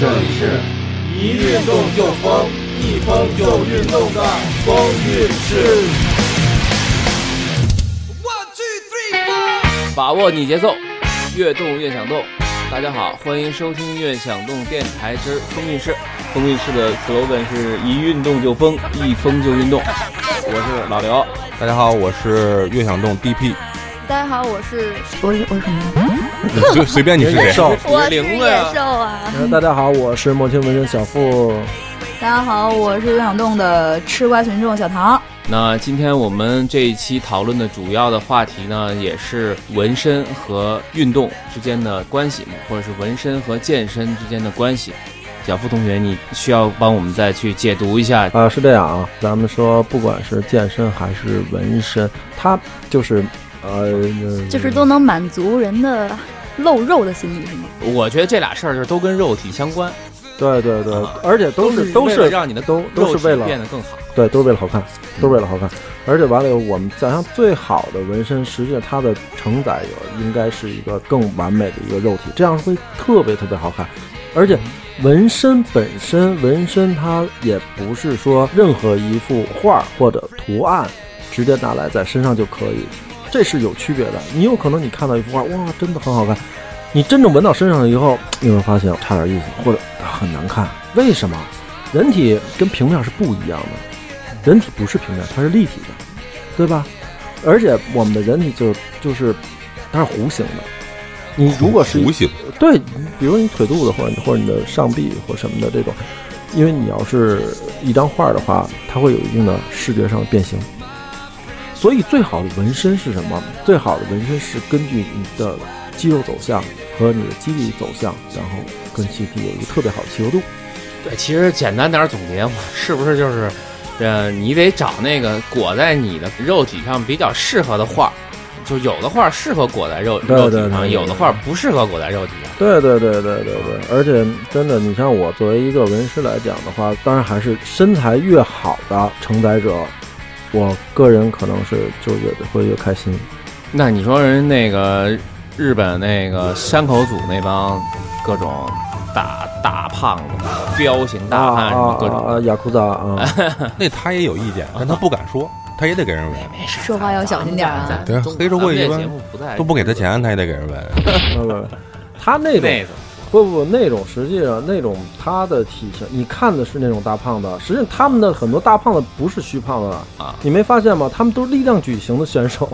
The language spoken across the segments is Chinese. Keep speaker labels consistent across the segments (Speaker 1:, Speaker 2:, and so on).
Speaker 1: 这里是
Speaker 2: 一运动就疯，一疯就运动的疯运势。把握你节奏，越动越想动。大家好，欢迎收听《越想动电台之风韵事》。风韵事的 slogan 是一运动就疯，一疯就运动。我是老刘，
Speaker 3: 大家好，我是越想动 DP。
Speaker 4: 大家好，我是我我什
Speaker 3: 么？随随便你是谁？
Speaker 4: 我是野兽啊！
Speaker 5: 哎大家好，我是莫青纹身小付。
Speaker 4: 大家好，我是越想动的吃瓜群众小唐。
Speaker 2: 那今天我们这一期讨论的主要的话题呢，也是纹身和运动之间的关系，或者是纹身和健身之间的关系。小付同学，你需要帮我们再去解读一下啊、
Speaker 5: 呃？是这样啊，咱们说，不管是健身还是纹身，它就是呃，
Speaker 4: 就是都能满足人的露肉的心理，是吗？
Speaker 2: 我觉得这俩事儿就是都跟肉体相关。
Speaker 5: 对对对，而且
Speaker 2: 都
Speaker 5: 是
Speaker 2: 啊都
Speaker 5: 是
Speaker 2: 让你的
Speaker 5: 都都是为了
Speaker 2: 变得嗯更好，
Speaker 5: 对，都是为了好看，都是为了好看。而且完了以后，我们想象最好的纹身，实际上它的承载有应该是一个更完美的一个肉体，这样会特别特别好看。而且纹身本身，纹身它也不是说任何一幅画或者图案直接拿来在身上就可以，这是有区别的。你有可能你看到一幅画，哇，真的很好看。你真正纹到身上以后，你会发现差点意思，或者、啊、很难看。为什么？人体跟平面是不一样的，人体不是平面，它是立体的，对吧？而且我们的人体就就是它是弧形的。你如果是
Speaker 3: 弧形，
Speaker 5: 对，比如你腿肚子或者或者你的上臂或什么的这种，因为你要是一张画的话，它会有一定的视觉上的变形。所以最好的纹身是什么？最好的纹身是根据你的。肌肉走向和你的肌力走向，然后跟气体有一个特别好的契合度。
Speaker 2: 对，其实简单点总结，是不是就是，呃，你得找那个裹在你的肉体上比较适合的画，就有的画适合裹在肉肉体上，有的画不适合裹在肉体上。
Speaker 5: 对对对对对对，而且真的，你像我作为一个纹身来讲的话，当然还是身材越好的承载者，我个人可能是就越会越开心。
Speaker 2: 那你说人那个。日本那个山口组那帮各种大大胖子、彪形大汉什么各种、
Speaker 5: 啊啊啊、雅库扎啊，
Speaker 3: 那他也有意见，但他不敢说，他也得给人纹。
Speaker 4: 说话要小心点啊！
Speaker 3: 对，黑社会一般都不给他钱，他也得给人
Speaker 5: 纹。他那种不不那种，实际上那种他的体型，你看的是那种大胖子，实际上他们的很多大胖子不是虚胖子啊，你没发现吗？他们都是力量举型的选手。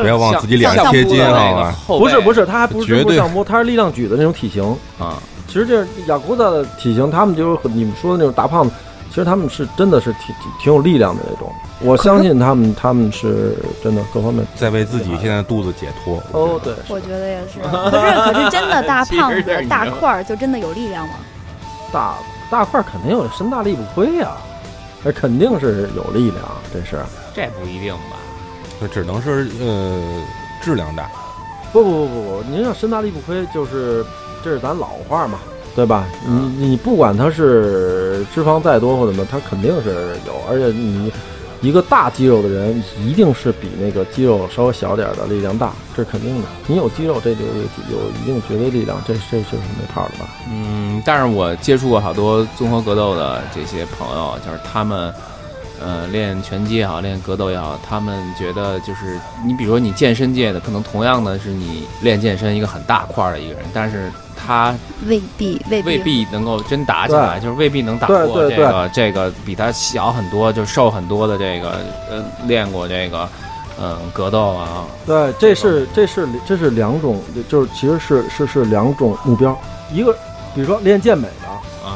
Speaker 3: 不要往自己脸上贴金啊！
Speaker 5: 不是不是，他还不是真不相扑，他是力量举的那种体型啊。其实这雅库萨的体型，他们就是你们说的那种大胖子，其实他们是真的是挺挺有力量的那种。我相信他们，他们是真的各方面
Speaker 3: 在为自己现在肚子解脱。
Speaker 5: 哦，对，
Speaker 4: 我觉得也是。可是可是真的大胖子大块儿就真的有力量吗？
Speaker 5: 大大块儿肯定有，身大力不亏呀，那肯定是有力量，这是
Speaker 2: 这不一定吧？
Speaker 3: 就只能是呃，质量大。
Speaker 5: 不不不不不，您让身大力不亏，就是这是咱老话嘛，对吧？嗯、你你不管它是脂肪再多或怎么，它肯定是有。而且你一个大肌肉的人，一定是比那个肌肉稍微小点的力量大，这是肯定的。你有肌肉，这就有一定绝对力量，这这这是没跑的吧？
Speaker 2: 嗯，但是我接触过好多综合格斗的这些朋友，就是他们。呃，练拳击也好，练格斗也好，他们觉得就是你，比如说你健身界的，可能同样的是你练健身一个很大块的一个人，但是他
Speaker 4: 未必未
Speaker 2: 未必能够真打起来，就是未必能打过这个这个比他小很多就瘦很多的这个呃练过这个嗯、呃、格斗啊。
Speaker 5: 对，这是这是这是两种，就是其实是是是两种目标，一个比如说练健美的。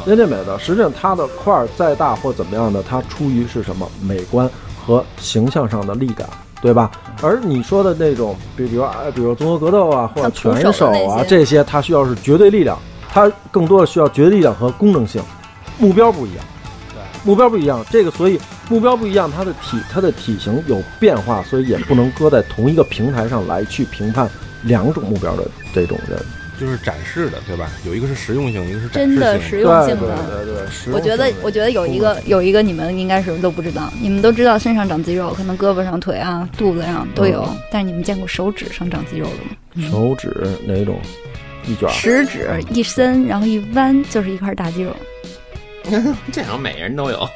Speaker 5: 练健美的，实际上它的块儿再大或怎么样的，它出于是什么美观和形象上的力感，对吧？而你说的那种，比比如啊，比如综合格斗啊，或者拳手啊这些，它需要是绝对力量，它更多的需要绝对力量和功能性，目标不一样，目标不一样，这个所以目标不一样，它的体它的体型有变化，所以也不能搁在同一个平台上来去评判两种目标的这种人。
Speaker 3: 就是展示的，对吧？有一个是实用性，一个是
Speaker 4: 真的实用性的。
Speaker 5: 对对对，
Speaker 4: 我觉得，我觉得有一个有一个你们应该是都不知道，你们都知道身上长肌肉，可能胳膊上、腿啊、肚子上都有，嗯、但是你们见过手指上长肌肉的吗？
Speaker 5: 手指哪种？一卷儿，
Speaker 4: 食指一伸，然后一弯，就是一块大肌肉。
Speaker 2: 这种每人都有。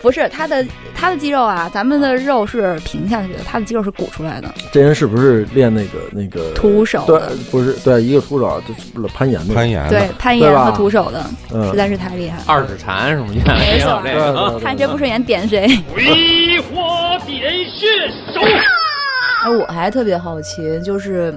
Speaker 4: 不是它的它的肌肉啊，咱们的肉是平下去的，它的肌肉是鼓出来的。
Speaker 5: 这人是不是练那个那个
Speaker 4: 徒手
Speaker 5: 对
Speaker 4: 的，
Speaker 5: 不是对一个徒手就是攀岩的，
Speaker 3: 攀岩
Speaker 4: 对
Speaker 3: 的，
Speaker 4: 攀
Speaker 5: 哎对
Speaker 4: 岩
Speaker 5: 吧
Speaker 4: 和徒手的，
Speaker 5: 嗯
Speaker 4: 实，在是太厉害了。
Speaker 2: 二指禅什么的，也有这
Speaker 5: 对对
Speaker 2: 个。
Speaker 5: 对
Speaker 4: 看谁不顺眼点谁。
Speaker 1: 葵花点穴手。
Speaker 6: 哎，我还特别好奇，就是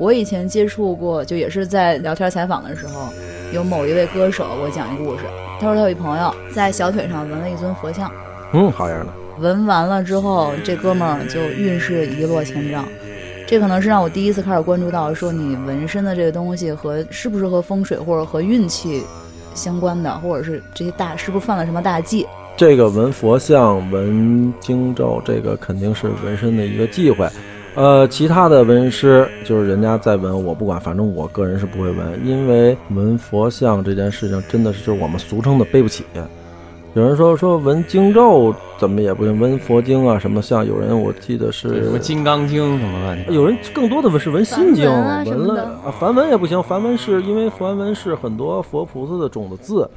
Speaker 6: 我以前接触过，就也是在聊天采访的时候，有某一位歌手给我讲一故事，他说他有一朋友在小腿上纹了一尊佛像，
Speaker 5: 嗯，好样的，
Speaker 6: 纹完了之后，这哥们儿就运势一落千丈。这可能是让我第一次开始关注到，说你纹身的这个东西和是不是和风水或者和运气相关的，或者是这些大是不是犯了什么大忌？
Speaker 5: 这个纹佛像、纹经咒，这个肯定是纹身的一个忌讳。呃，其他的纹师就是人家在纹，我不管，反正我个人是不会纹，因为纹佛像这件事情真的是就是我们俗称的背不起。有人说说纹经咒怎么也不行，纹佛经啊什么像，有人我记得是
Speaker 2: 什么《金刚经》什么乱七八糟
Speaker 5: 有人更多的纹是纹心经，
Speaker 4: 梵文啊什
Speaker 5: 纹
Speaker 4: 么
Speaker 5: 了
Speaker 4: 的
Speaker 5: 啊，梵文也不行，梵文是因为梵文是很多佛菩萨的种子字，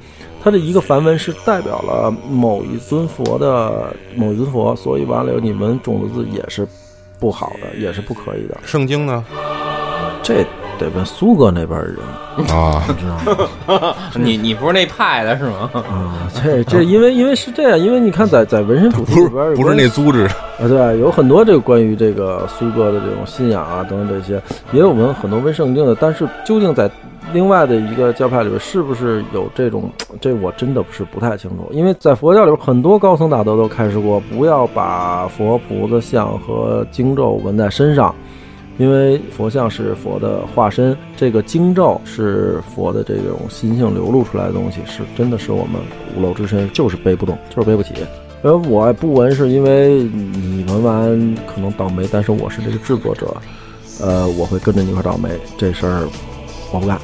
Speaker 5: 它这一个梵文是代表了某一尊佛的某一尊佛，所以完了以后你纹种子字也是不好的，也是不可以的，
Speaker 3: 圣经呢？
Speaker 5: 这得问苏哥那边人，
Speaker 3: 啊，
Speaker 5: 你知道吗？
Speaker 2: 你你不是那派的是 吗？
Speaker 5: 啊，这这因为因为是这样，因为你看在在纹身主题
Speaker 3: 不
Speaker 5: 里
Speaker 3: 是
Speaker 5: 边有
Speaker 3: 不是
Speaker 5: 关
Speaker 3: 那组织，
Speaker 5: 啊，对，有很多这个关于这个苏哥的这种信仰啊等等这些，也有文很多文圣经的，但是究竟在另外的一个教派里边是不是有这种，这我真的不是不太清楚，因为在佛教里边很多高僧大德都开示过，不要把佛菩萨像和经咒纹在身上。因为佛像是佛的化身，这个经咒是佛的这种心性流露出来的东西，是真的是我们五楼之身就是背不动，就是背不起。呃，我不纹是因为你纹完可能倒霉，但是我是这个制作者，呃，我会跟着你一块儿倒霉，这事儿我不干。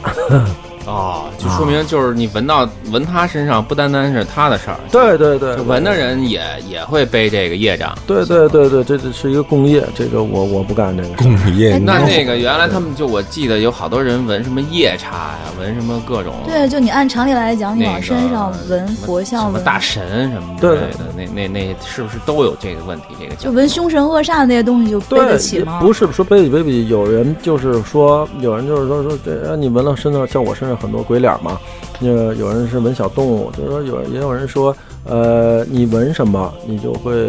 Speaker 2: 哦，就说明就是你闻到闻他身上，不单单是他的事儿，
Speaker 5: 对对对，
Speaker 2: 就闻的人也也会背这个业障。
Speaker 5: 对对对对，这这是一个共业，这个我我不干这个事儿。
Speaker 3: 工业
Speaker 2: 那那个原来他们就我记得有好多人闻什么夜叉呀，闻什么各种
Speaker 6: 对，就你按常理来讲，你
Speaker 2: 那
Speaker 6: 往
Speaker 2: 个
Speaker 6: 身上纹
Speaker 2: 什么
Speaker 6: 佛像、
Speaker 2: 什么
Speaker 6: 纹
Speaker 2: 大神什么之类的，那那那是不是都有这个问题？这个
Speaker 6: 就纹凶神恶煞那些东西就背
Speaker 5: 对，
Speaker 6: 得起
Speaker 5: 也
Speaker 6: 吗？
Speaker 5: 不是说背不背不起，有人就是说，有人就是说说这让你闻了身上，像我身上很多鬼脸嘛，呃，有人是闻小动物，就是说有也有人说，呃，你闻什么，你就会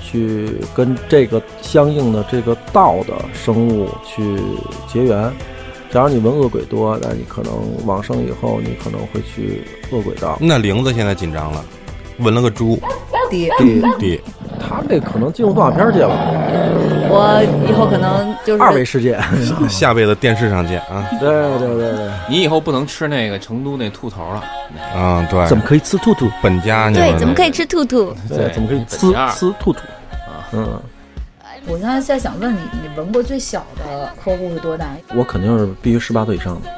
Speaker 5: 去跟这个相应的这个道的生物去结缘。假如你闻恶鬼多，那你可能往生以后，你可能会去恶鬼道。
Speaker 3: 那玲子现在紧张了，纹了个猪，
Speaker 6: 低
Speaker 3: 对，
Speaker 5: 他这可能进入动画片儿界了，
Speaker 4: 我以后可能就是
Speaker 5: 二维世界。
Speaker 3: 下辈子电视上见啊
Speaker 5: 对对对对，
Speaker 2: 你以后不能吃那个成都那兔头了，
Speaker 3: 啊，对，
Speaker 5: 怎么可以吃兔兔？
Speaker 3: 本家你
Speaker 4: 对，
Speaker 3: 们
Speaker 4: 怎么可以吃兔兔？
Speaker 5: 对，怎么可以
Speaker 2: 本
Speaker 5: 吃
Speaker 2: 家
Speaker 5: 吃兔兔
Speaker 2: 啊？
Speaker 5: 嗯，
Speaker 6: 我刚才在想问你，你纹过最小的客户是多大？
Speaker 5: 我肯定是必须十八岁以上的，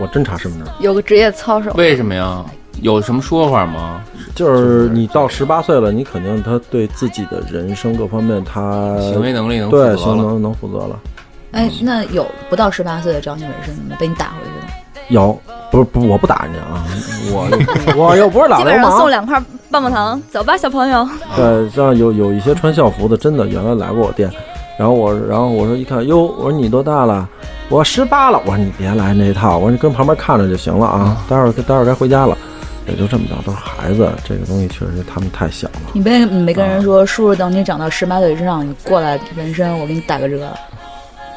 Speaker 5: 我真查身份证。
Speaker 4: 有个职业操守，
Speaker 2: 为什么呀？有什么说法吗？
Speaker 5: 就是你到十八岁了，你肯定他对自己的人生各方面他
Speaker 2: 呃行为能力能负
Speaker 5: 对
Speaker 2: 责
Speaker 5: 行
Speaker 2: 了？
Speaker 5: 能能负责了。
Speaker 6: 哎，那有不到十八岁的张性纹身的吗？被你打回去了？
Speaker 5: 有不不我不打人家啊，我 我又不是老
Speaker 4: 基
Speaker 5: 流
Speaker 4: 本上送
Speaker 5: 氓。
Speaker 4: 两块棒棒糖，走吧，小朋友。
Speaker 5: 对，像有有一些穿校服的，真的原来来过我店，然后我然后我说一看，哟，我说你多大了？我十八了。我说你别来那一套，我说你跟旁边看着就行了啊。待会儿待会儿该回家了，也就这么着，都是孩子，这个东西确实他们太小了。
Speaker 6: 你被嗯你没跟人说，叔叔等你长到十八岁之上，你过来纹身，我给你打个折。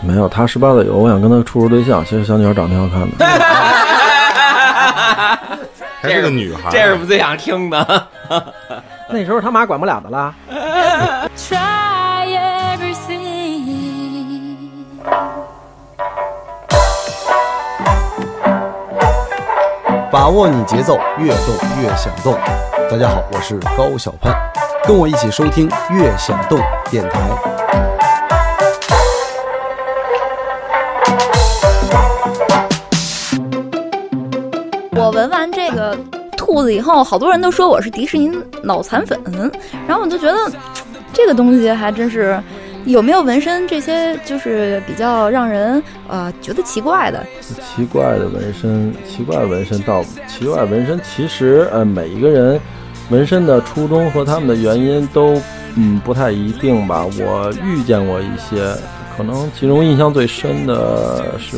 Speaker 5: 没有，他十八岁有，我想跟他处处对象。其实小女孩长挺好看的，
Speaker 3: 还是个女孩，
Speaker 2: 这是我最想听的。
Speaker 5: 那时候他妈管不了的啦。
Speaker 7: try everything.
Speaker 8: 把握你节奏，越动越想动。大家好，我是高小潘，跟我一起收听《越想动》电台。
Speaker 4: 我闻完这个兔子以后，好多人都说嗯我是迪士尼脑残粉，然后我就觉得这个东西还真是有没有纹身这些就是比较让人呃觉得奇怪的？
Speaker 5: 奇怪的纹身，奇怪纹身到奇怪纹身，其实呃每一个人纹身的初衷和他们的原因都嗯不太一定吧。我遇见过一些，可能其中印象最深的是，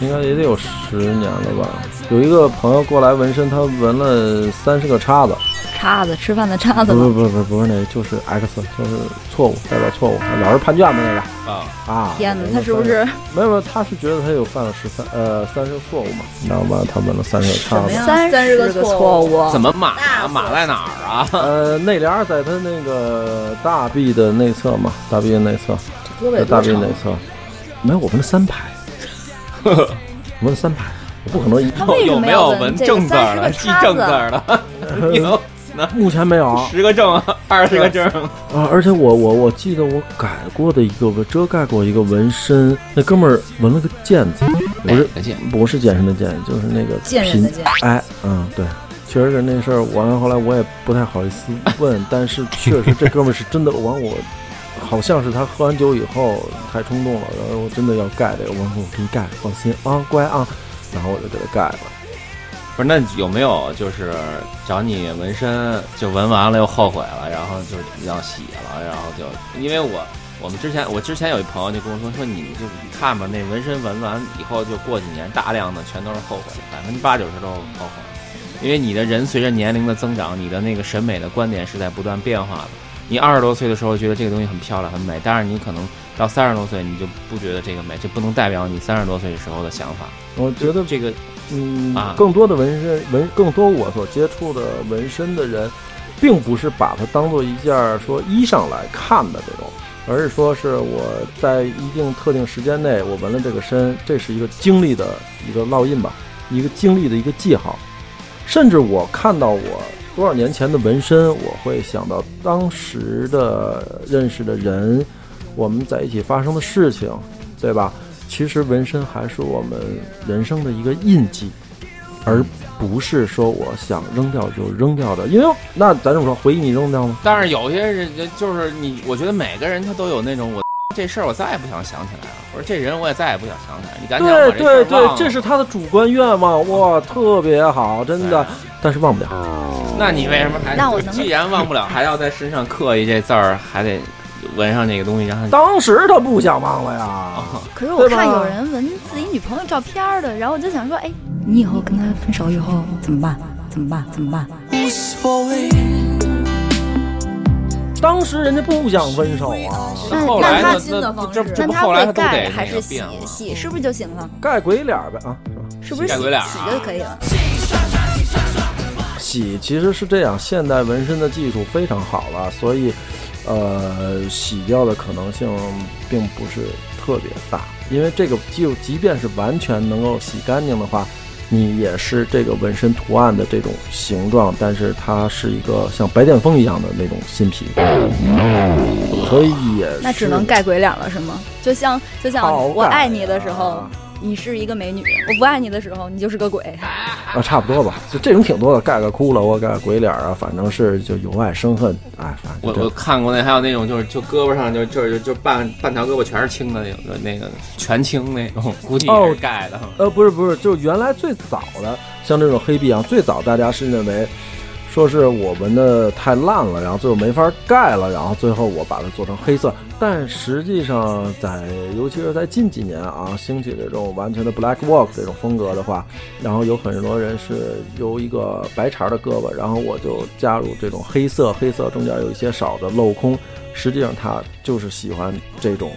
Speaker 5: 应该也得有十年了吧。有一个朋友过来纹身，他纹了三十个叉 子，
Speaker 4: 叉子，吃饭的叉子
Speaker 5: 不
Speaker 4: 吗？
Speaker 6: 嗯
Speaker 5: 是不是不是不是那个，就是 X，就是错误代表错误，老是判卷的那个
Speaker 2: 啊，
Speaker 5: 啊。
Speaker 4: 天哪
Speaker 5: 哪，，
Speaker 4: 他是不是
Speaker 5: 没有没有，他是觉得他有犯了十三呃三十个错误嘛，你知道吗？他纹了三十个叉
Speaker 6: 什么
Speaker 5: 子
Speaker 6: 呀，
Speaker 4: 三
Speaker 6: 30个
Speaker 4: 个
Speaker 6: 错
Speaker 4: 错误？
Speaker 2: 怎么码啊？码在哪儿啊？
Speaker 5: 呃，内帘在他那个大臂的内侧嘛，大臂的内侧，
Speaker 6: 胳膊
Speaker 5: 在
Speaker 6: 有
Speaker 5: 大
Speaker 6: 多
Speaker 5: 臂
Speaker 6: 长
Speaker 5: 内？侧，没有，我纹了三 排，我纹了三排，我不可能一，
Speaker 4: 他为什
Speaker 2: 有
Speaker 4: 么
Speaker 2: 没
Speaker 4: 要
Speaker 2: 有
Speaker 4: 纹
Speaker 2: 纹
Speaker 4: 这
Speaker 2: 正字儿
Speaker 4: 三
Speaker 2: 的？
Speaker 4: 十
Speaker 2: 记
Speaker 4: 个叉
Speaker 2: 正字
Speaker 4: 子？啊
Speaker 2: 儿 的？有那
Speaker 5: 目前没有啊，
Speaker 2: 十个正，二十个正，
Speaker 5: 啊而且我我我记得我改过的一个纹遮盖过一个纹身，那哥们儿纹了个剑字，不是
Speaker 2: 再见。
Speaker 5: 不是健身的健，就是那个
Speaker 6: 贱人
Speaker 5: 贫
Speaker 6: 的贱
Speaker 5: 哎，嗯，对，确实是那事儿。完了后来我也不太好意思问，但是确实这哥们儿是真的。完我好像是他喝完酒以后太冲动了，然后我真的要盖这个，我说我给你盖，放心啊，乖啊。然后我就给他盖了。
Speaker 2: 不是，那有没有就是找你纹身，就纹完了又后悔了，然后就要洗了，然后就因为我我们之前我之前有一朋友就跟我说说你就你看吧，那纹身纹完以后就过几年，大量的全都是后悔，百分之八九十都是后悔，因为你的人随着年龄的增长，你的那个审美的观点是在不断变化的。你二十多岁的时候觉得这个东西很漂亮很美，但是你可能到三十多岁你就不觉得这个美，这不能代表你三十多岁时候的想法。
Speaker 5: 我觉得，
Speaker 2: 这个
Speaker 5: 嗯
Speaker 2: 啊，
Speaker 5: 更多的纹身纹，更多我所接触的纹身的人，并不是把它当做一件儿说衣裳来看的这种，而是说是我在一定特定时间内我纹了这个身，这是一个经历的一个烙印吧，一个经历的一个记号。甚至我看到我多少年前的纹身，我会想到当时的认识的人，我们在一起发生的事情，对吧？其实纹身还是我们人生的一个印记，而不是说我想扔掉就扔掉的。因为那咱这么说，回忆你扔掉吗？
Speaker 2: 但是有些人就是你，我觉得每个人他都有那种我 这事儿我再也不想想起来了，或者这人我也再也不想想起来了。你赶紧让
Speaker 5: 对
Speaker 2: 我
Speaker 5: 对
Speaker 2: 事儿忘了
Speaker 5: 对，这是他的主观愿望，哇，特别好，真的。但是忘不了，
Speaker 2: 那你为什么还？
Speaker 4: 那我能
Speaker 2: 既然忘不了，还要在身上刻一这字儿，还得纹上这个东西，让 他
Speaker 5: 当时他不想忘了呀。
Speaker 4: 可是我
Speaker 5: 对吧
Speaker 4: 看有人纹自己女朋友照片儿的，然后我就想说，哎，你以后跟他分手以后怎么办？怎么办？怎么办？
Speaker 5: 当时人家不想分手啊，
Speaker 4: 那
Speaker 2: 后
Speaker 4: 那
Speaker 2: 来
Speaker 4: 他
Speaker 2: 呢？
Speaker 6: 新的
Speaker 2: 那
Speaker 6: 方
Speaker 2: 这
Speaker 6: 式
Speaker 2: 这
Speaker 4: 那
Speaker 2: 不
Speaker 4: 他
Speaker 2: 后来
Speaker 4: 会
Speaker 2: 他都
Speaker 4: 盖
Speaker 2: 得
Speaker 4: 还
Speaker 2: 那
Speaker 4: 是
Speaker 2: 个
Speaker 4: 洗
Speaker 2: 变了吗？
Speaker 4: 洗是不是就行了？
Speaker 5: 盖鬼脸儿呗啊，是吧？
Speaker 4: 是不是
Speaker 2: 盖
Speaker 4: 洗
Speaker 2: 鬼脸儿
Speaker 4: 洗就可以了？
Speaker 5: 洗其实是这样，现代纹身的技术非常好了，所以，呃，洗掉的可能性并不是特别大，因为这个就即便是完全能够洗干净的话，你也是这个纹身图案的这种形状，但是它是一个像白癜风一样的那种新皮，所以也
Speaker 4: 那只能
Speaker 5: 盖
Speaker 4: 盖鬼脸了是吗？就像就像
Speaker 2: 啊
Speaker 5: 好
Speaker 4: 我
Speaker 5: 感
Speaker 4: 爱你的时候
Speaker 5: 啊，
Speaker 4: 你是一个美女；我不爱你的时候，你就是个鬼。
Speaker 5: 啊，差不多吧，就这种挺多的，盖个骷髅啊，盖个鬼脸啊，反正是就由爱生恨，哎，反正
Speaker 2: 我
Speaker 5: 这
Speaker 2: 我看过那，还有那种就是就胳膊上就就就就半半条胳膊全是青的，有的那个全青那种，估计也
Speaker 5: 哦
Speaker 2: 是盖的。
Speaker 5: 呃，不是不是，就是原来最早的像这种黑币啊，最早大家是认为说是我纹的太烂了，然后最后没法盖了，然后最后我把它做成黑色。但实际上在，尤其是在近几年啊，兴起这种完全的 black walk 这种风格的话，然后有很多人是由一个白茬的胳膊，然后我就加入这种黑色，黑色中间有一些少的镂空，实际上他就是喜欢这种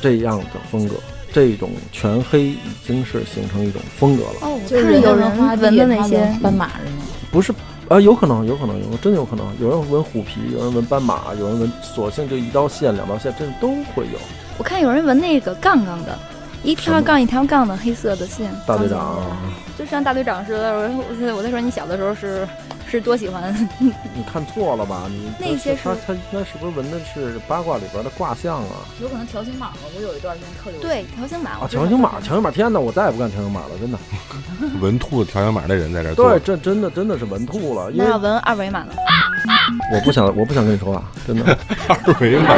Speaker 5: 这样的风格。这种全黑已经是形成一种风格了，
Speaker 4: 哦，我
Speaker 6: 就是
Speaker 4: 看有
Speaker 6: 人家
Speaker 4: 人
Speaker 6: 花
Speaker 4: 纹
Speaker 6: 地
Speaker 4: 的那
Speaker 6: 他
Speaker 4: 些
Speaker 6: 纹斑马是吗？
Speaker 5: 不是啊，有可能，有可能，有真有可能，有人纹虎皮，有人纹斑马，有人纹，索性就一道线、两道线，这都会有。
Speaker 4: 我看有人纹那个杠杠的，一
Speaker 2: 嗯
Speaker 4: 条杠一条杠的黑色的线。
Speaker 5: 大队
Speaker 4: 杠
Speaker 5: 长
Speaker 4: 杠的，就像大队长似的。我我我在说你小的时候是是多喜欢，
Speaker 5: 你看错了吧？你
Speaker 4: 那些
Speaker 5: 他
Speaker 4: 是
Speaker 5: 他应该是不是纹的是八卦里边的卦象啊？
Speaker 6: 有可能条形码嘛，不有一段时间特流
Speaker 4: 对条形码
Speaker 5: 啊，条形码，条形码，天哪！我再也不干条形码了， 真的。
Speaker 3: 纹兔子条形码的人在这儿
Speaker 5: 对
Speaker 3: 坐，，
Speaker 5: 这真的真的是纹吐了，因
Speaker 4: 那
Speaker 5: 为嗯
Speaker 4: 要纹二维码呢？
Speaker 5: 我不想，我不想跟你说话，真的
Speaker 3: 二维 码，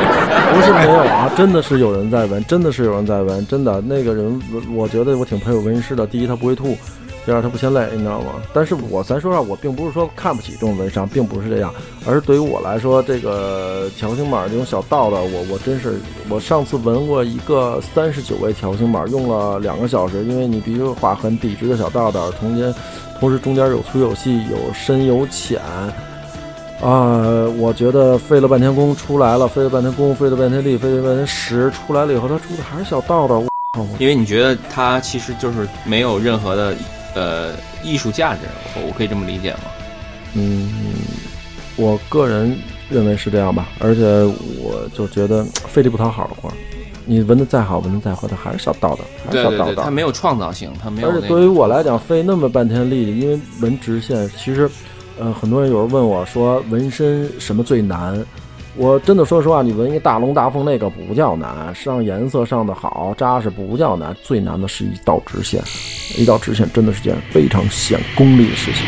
Speaker 5: 不是没有啊，真的是有人在纹，真的是有人在纹，真的那个人，我我觉得我挺佩服纹身师的。第一，他不会吐；第二，他不嫌累，你知道吗？但是我咱说实话，我并不是说看不起这种纹伤，并不是这样，而是对于我来说，这个条形码这种小道的，我我真是，我上次纹过一个三十九位条形码，用了两个小时，因为你必须画很笔直的小道道，同间同时中间有粗有细，有深有浅。啊，我觉得费了半天工出来了，费了半天工，费了半天力，费了半天时，出来了以后，他出的还是小道道。我靠！我
Speaker 2: 因为你觉得它其实就是没有任何的呃艺术价值，我我可以这么理解吗？
Speaker 5: 嗯，我个人认为是这样吧，而且我就觉得费力不讨好的活儿，你纹的再好，纹的再坏，它还是小道道，还是
Speaker 2: 对
Speaker 5: 小
Speaker 2: 对
Speaker 5: 道
Speaker 2: 对，
Speaker 5: 道
Speaker 2: 它。没有创造性，它没有
Speaker 5: 而且
Speaker 2: 那
Speaker 5: 对于
Speaker 2: 个
Speaker 5: 我来讲，费那么半天力，因为纹直线，其实，呃，很多人有人问我说，纹身什么最难？我真的说实话，你纹一大龙大凤那个不叫难，上颜色上的好扎实不叫难，最难的是一道直线，一道直线真的是件非常显功力的事情。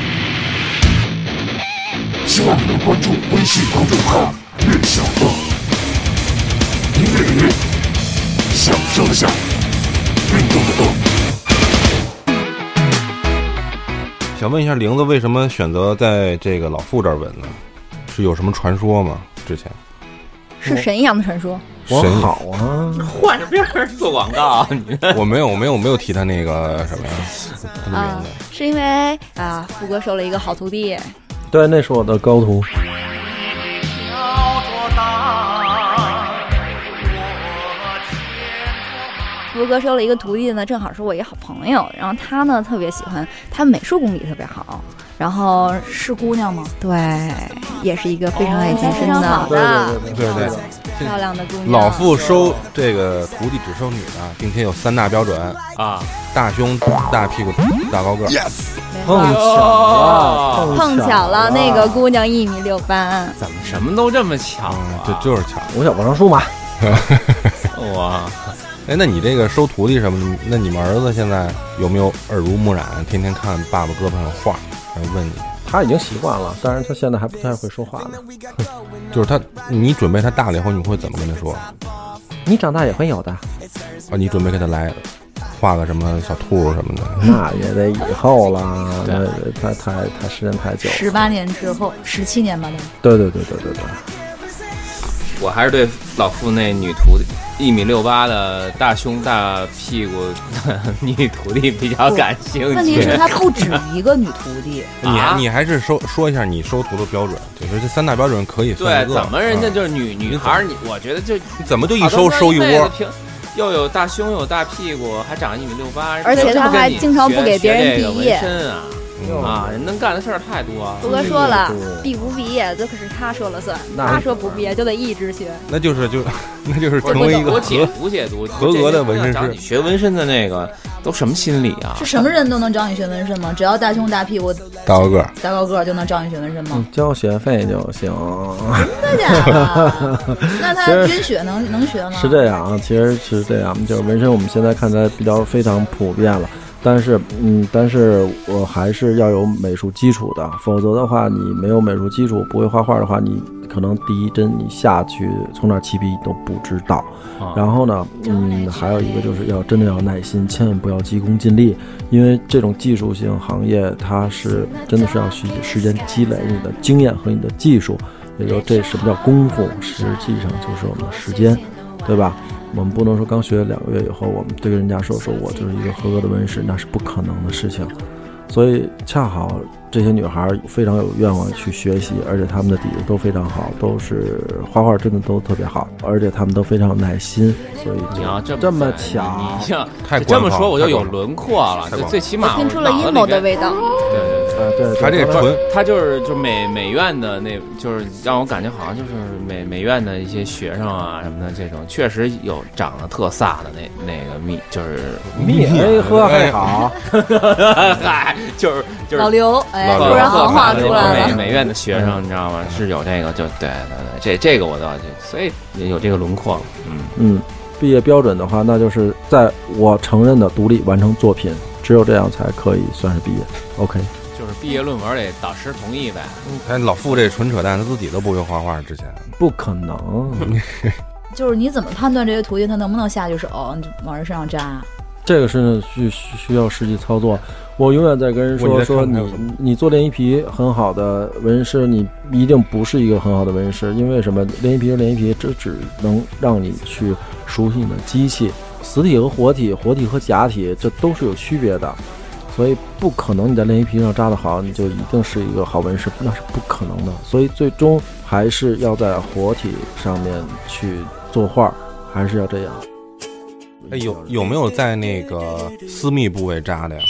Speaker 3: 想问一下玲子，为什么选择在这个老傅这儿纹呢？是有什么传说吗？之前
Speaker 4: 是神一样的传说。
Speaker 5: 我
Speaker 3: 神
Speaker 5: 好啊，
Speaker 2: 换着边儿做广告，你们
Speaker 3: 我没有，我没有，我没有提他那个什么呀，他
Speaker 5: 嗯
Speaker 3: 的名
Speaker 4: 啊
Speaker 3: 字。，
Speaker 4: 是因为啊，富哥收了一个好徒弟，
Speaker 5: 对，那是我的高徒。
Speaker 4: 福哥收了一个徒弟呢，正好是我一个好朋友，然后他呢特别喜欢，他美术功底特别好，然后
Speaker 6: 是姑娘吗？
Speaker 4: 对，也是一个哦非常爱健身
Speaker 6: 非常
Speaker 4: 的
Speaker 6: 好
Speaker 5: 对对对
Speaker 3: 对对，
Speaker 4: 漂亮的姑娘。
Speaker 3: 老傅收这个徒弟只收女的，并且有三大标准：
Speaker 2: 啊，
Speaker 3: 大胸、大屁股、大高个儿。
Speaker 5: 碰巧了，
Speaker 4: 碰巧
Speaker 5: 巧
Speaker 4: 了，那个姑娘一米六八，
Speaker 2: 哦怎么什么都这么巧
Speaker 3: 嗯
Speaker 2: 啊？，
Speaker 3: 这就是巧。
Speaker 5: 我想往上树嘛，
Speaker 2: 哇，
Speaker 3: 哎，那你这个收徒弟什么？那你们儿子现在有没有耳濡目染，天天看爸爸胳膊上有画，然后问你，
Speaker 5: 他已经习惯了，但是他现在还不太会说话呢。
Speaker 3: 就是他，你准备他大了以后，你会怎么跟他说？啊，
Speaker 5: 你长大也会有的，
Speaker 3: 你准备给他来画个什么小兔什么
Speaker 2: 啊
Speaker 3: 的？
Speaker 5: 那也得以后啦，
Speaker 2: 对
Speaker 5: 那也太太太时间太久了。
Speaker 6: 十八年之后，十七年吧，
Speaker 5: 对对对对对对，
Speaker 2: 我还是对老傅那女徒弟一米六八的大胸大屁股 的女徒弟比较感兴趣。
Speaker 6: 问题是，他不止一个女徒弟，
Speaker 3: 你还
Speaker 2: 啊
Speaker 3: 你还是说说一下你收徒的标准，就是这三大标准可以算
Speaker 2: 对
Speaker 3: 一，个
Speaker 2: 怎么人家
Speaker 3: 嗯
Speaker 2: 就是女女孩儿？你我觉得就
Speaker 3: 怎么就一
Speaker 2: 好多
Speaker 3: 收
Speaker 2: 人
Speaker 3: 收一
Speaker 2: 辈子
Speaker 3: 窝？
Speaker 2: 平，又有大胸，又有大屁股，还长一米六八，
Speaker 4: 而且他还经常不给别人比耶
Speaker 2: 身啊
Speaker 3: 哦
Speaker 2: 啊，人能干的事儿太多了。
Speaker 4: 福哥说了
Speaker 5: 对对，对
Speaker 4: 毕不毕业这可是他说了算，
Speaker 5: 那
Speaker 4: 他说不毕业就得一直学。
Speaker 3: 那就是就 那就是
Speaker 2: 我
Speaker 3: 成为一个
Speaker 2: 我解
Speaker 3: 合
Speaker 2: 读解读
Speaker 3: 合格的纹身
Speaker 2: 这些
Speaker 3: 师
Speaker 2: 姑娘找你学纹身的那个都什么心理啊
Speaker 6: 是？什么人都能找你学纹身吗？只要大胸大屁股
Speaker 3: 大高个儿。
Speaker 6: 大高个儿就能找你学纹身吗？
Speaker 5: 交学费就行。
Speaker 6: 真的假的？那他
Speaker 5: 其实
Speaker 6: 晕血能能学吗？
Speaker 5: 是这样啊，其实是这样，就是纹身我们现在看起来比较非常普遍了。但是，嗯，但是我还是要有美术基础的，否则的话，你没有美术基础，不会画画的话，你可能第一针你下去从哪儿起笔你都不知道。然后呢，嗯，还有一个就是要真的要耐心，千万不要急功近利，因为这种技术性行业，它是真的是要需时间积累你的经验和你的技术。也就这什么叫功夫，实际上就是我们的时间，对吧？我们不能说刚学两个月以后，我们对人家说说我就是一个合格的纹师，那是不可能的事情。所以恰好这些女孩儿非常有愿望去学习，而且她们的底子都非常好，都是画画真的都特别好，而且她们都非常有耐心，所以
Speaker 2: 你要这么
Speaker 5: 就这么
Speaker 2: 你
Speaker 5: 巧
Speaker 2: 你。像
Speaker 3: 太
Speaker 2: 这么
Speaker 3: 官方
Speaker 2: 说我就
Speaker 3: 太
Speaker 2: 有
Speaker 3: 官方
Speaker 2: 轮廓了，
Speaker 3: 太
Speaker 2: 就
Speaker 3: 官方
Speaker 2: 最起码
Speaker 4: 听出了
Speaker 2: 我脑子里
Speaker 4: 阴谋的
Speaker 2: 边
Speaker 4: 味道，
Speaker 2: 对对对。
Speaker 5: 啊，对，
Speaker 3: 他这个
Speaker 5: 刚才
Speaker 3: 纯
Speaker 2: 他就是就美美院的那，就是让我感觉好像就是美美院的一些学生啊什么的，这种确实有长得特飒的那那个蜜，就是
Speaker 5: 蜜哎喝还好，
Speaker 2: 嗨，就是就是
Speaker 4: 老刘，哎，
Speaker 3: 老刘
Speaker 4: 突然行话
Speaker 2: 特
Speaker 4: 出
Speaker 2: 飒的那
Speaker 4: 来
Speaker 2: 种
Speaker 4: 了。
Speaker 2: 美美院的学生你知道吗？是有这个，就对对对，这这个我倒就所以有这个轮廓了，嗯，
Speaker 5: 嗯，毕业标准的话，那就是在我承认的独立完成作品，只有这样才可以算是毕业。OK，
Speaker 2: 就就是毕业论文得导师同意呗。
Speaker 3: 哎，老傅这纯扯淡，他自己都不会画画，之前
Speaker 5: 不可能，
Speaker 6: 就是你怎么判断这些徒弟他能不能下去手，你就往人身上扎？
Speaker 5: 这个是需需需要实际操作。我永远在跟人
Speaker 3: 我
Speaker 5: 说
Speaker 3: 觉得
Speaker 5: 说
Speaker 3: 看看
Speaker 5: 你
Speaker 3: 有什么
Speaker 5: 你做练习皮很好的纹身师，你一定不是一个很好的纹身师，因为什么？练习皮是练习皮，这只能让你去熟悉你的机器，死体和活体，活体和假体，这都是有区别的。所以不可能你在练习皮上扎得好，你就一定是一个好纹师，那是不可能的。所以最终还是要在活体上面去作画，还是要这样。
Speaker 3: 哎有有没有在那个私密部位扎的呀？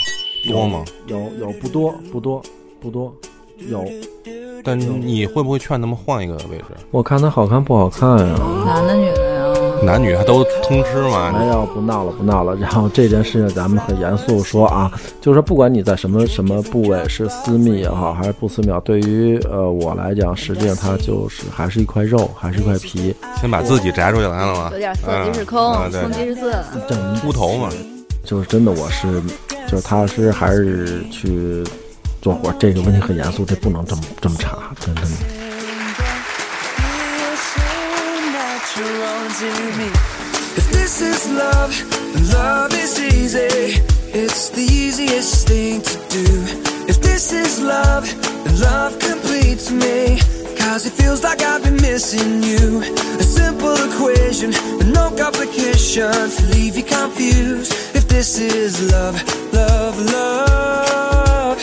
Speaker 3: 多吗？
Speaker 5: 有有不多不多不多，有。
Speaker 3: 但你会不会劝他们换一个位置？
Speaker 5: 我看它好看不好看呀、
Speaker 6: 男的女的呀？
Speaker 3: 男女还都通吃
Speaker 5: 哎
Speaker 3: 嘛？
Speaker 5: 呀，不闹了，不闹了。然后这件事情咱们很严肃说啊，就是不管你在什么什么部位是私密也好，还是不私密也好，对于呃我来讲，实际上它就是还是一块肉，还是一块皮。
Speaker 3: 先把自己摘出去来了嘛？
Speaker 4: 有点色
Speaker 3: 嗯
Speaker 4: 即是空
Speaker 3: 啊，对
Speaker 4: 空即是色。
Speaker 5: 这
Speaker 3: 秃头嘛，
Speaker 5: 就是真的，我是就是踏踏实实还是去做活。这个问题很严肃，这不能这么这么查，真的。
Speaker 9: If this is love, then love is easy. It's the easiest thing to do. If this is love, then love completes me. Cause it feels like I've been missing you. A simple equation, with no complications. Leave you confused. If this is love, love, love.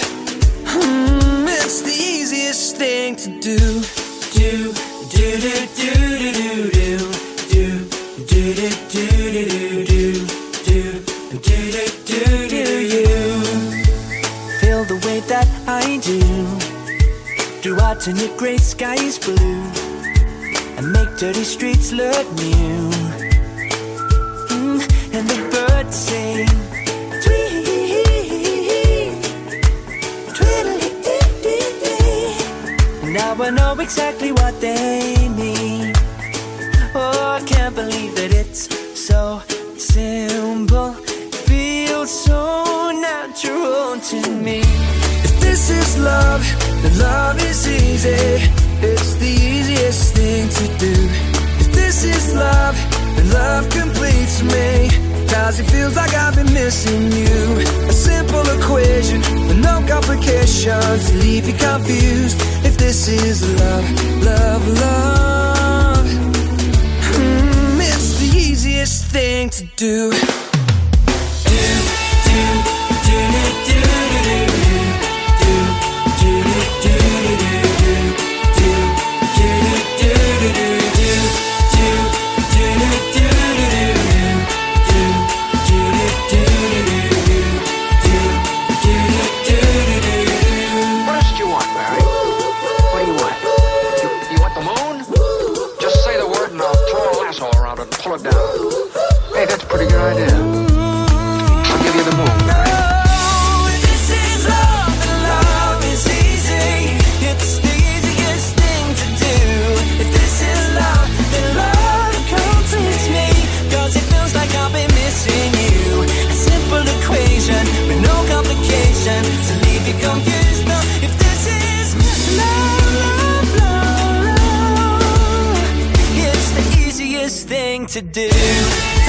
Speaker 9: Mm, it's the easiest thing to do. Do, do, do, do, do, do, do. Do, do, do, do, do, do, do. Do, do, do, do, do, you. Feel the way that I do. Do I turn your gray skies blue? And make dirty streets look new. Mm, and the birds sing. Tweet. Now I know exactly what they mean. Oh, I can't believe that it's so simple. Feels so natural to me. If this is love, then love is easy. It's the easiest thing to do. If this is love, then love completes me. Cause it feels like I've been missing you. A simple equation with no complications to leave you confused. If this is love, love, love, mm, it's the easiest thing to do. Do, do, do, do, do, do, do. Do, do, do, do, do, do. Do, do, do, do, do, do. Do, do, do, do, do, do. Do, do, do, do, do, do.
Speaker 10: What else do you want, Barry? What do you want? You, you want the moon? Just say the word and I'll throw a lasso around it and pull it down. Hey, that's a pretty good idea. I'll give you the moon.
Speaker 9: Confused, no, if this is love, love, love, love. It's the easiest thing to do.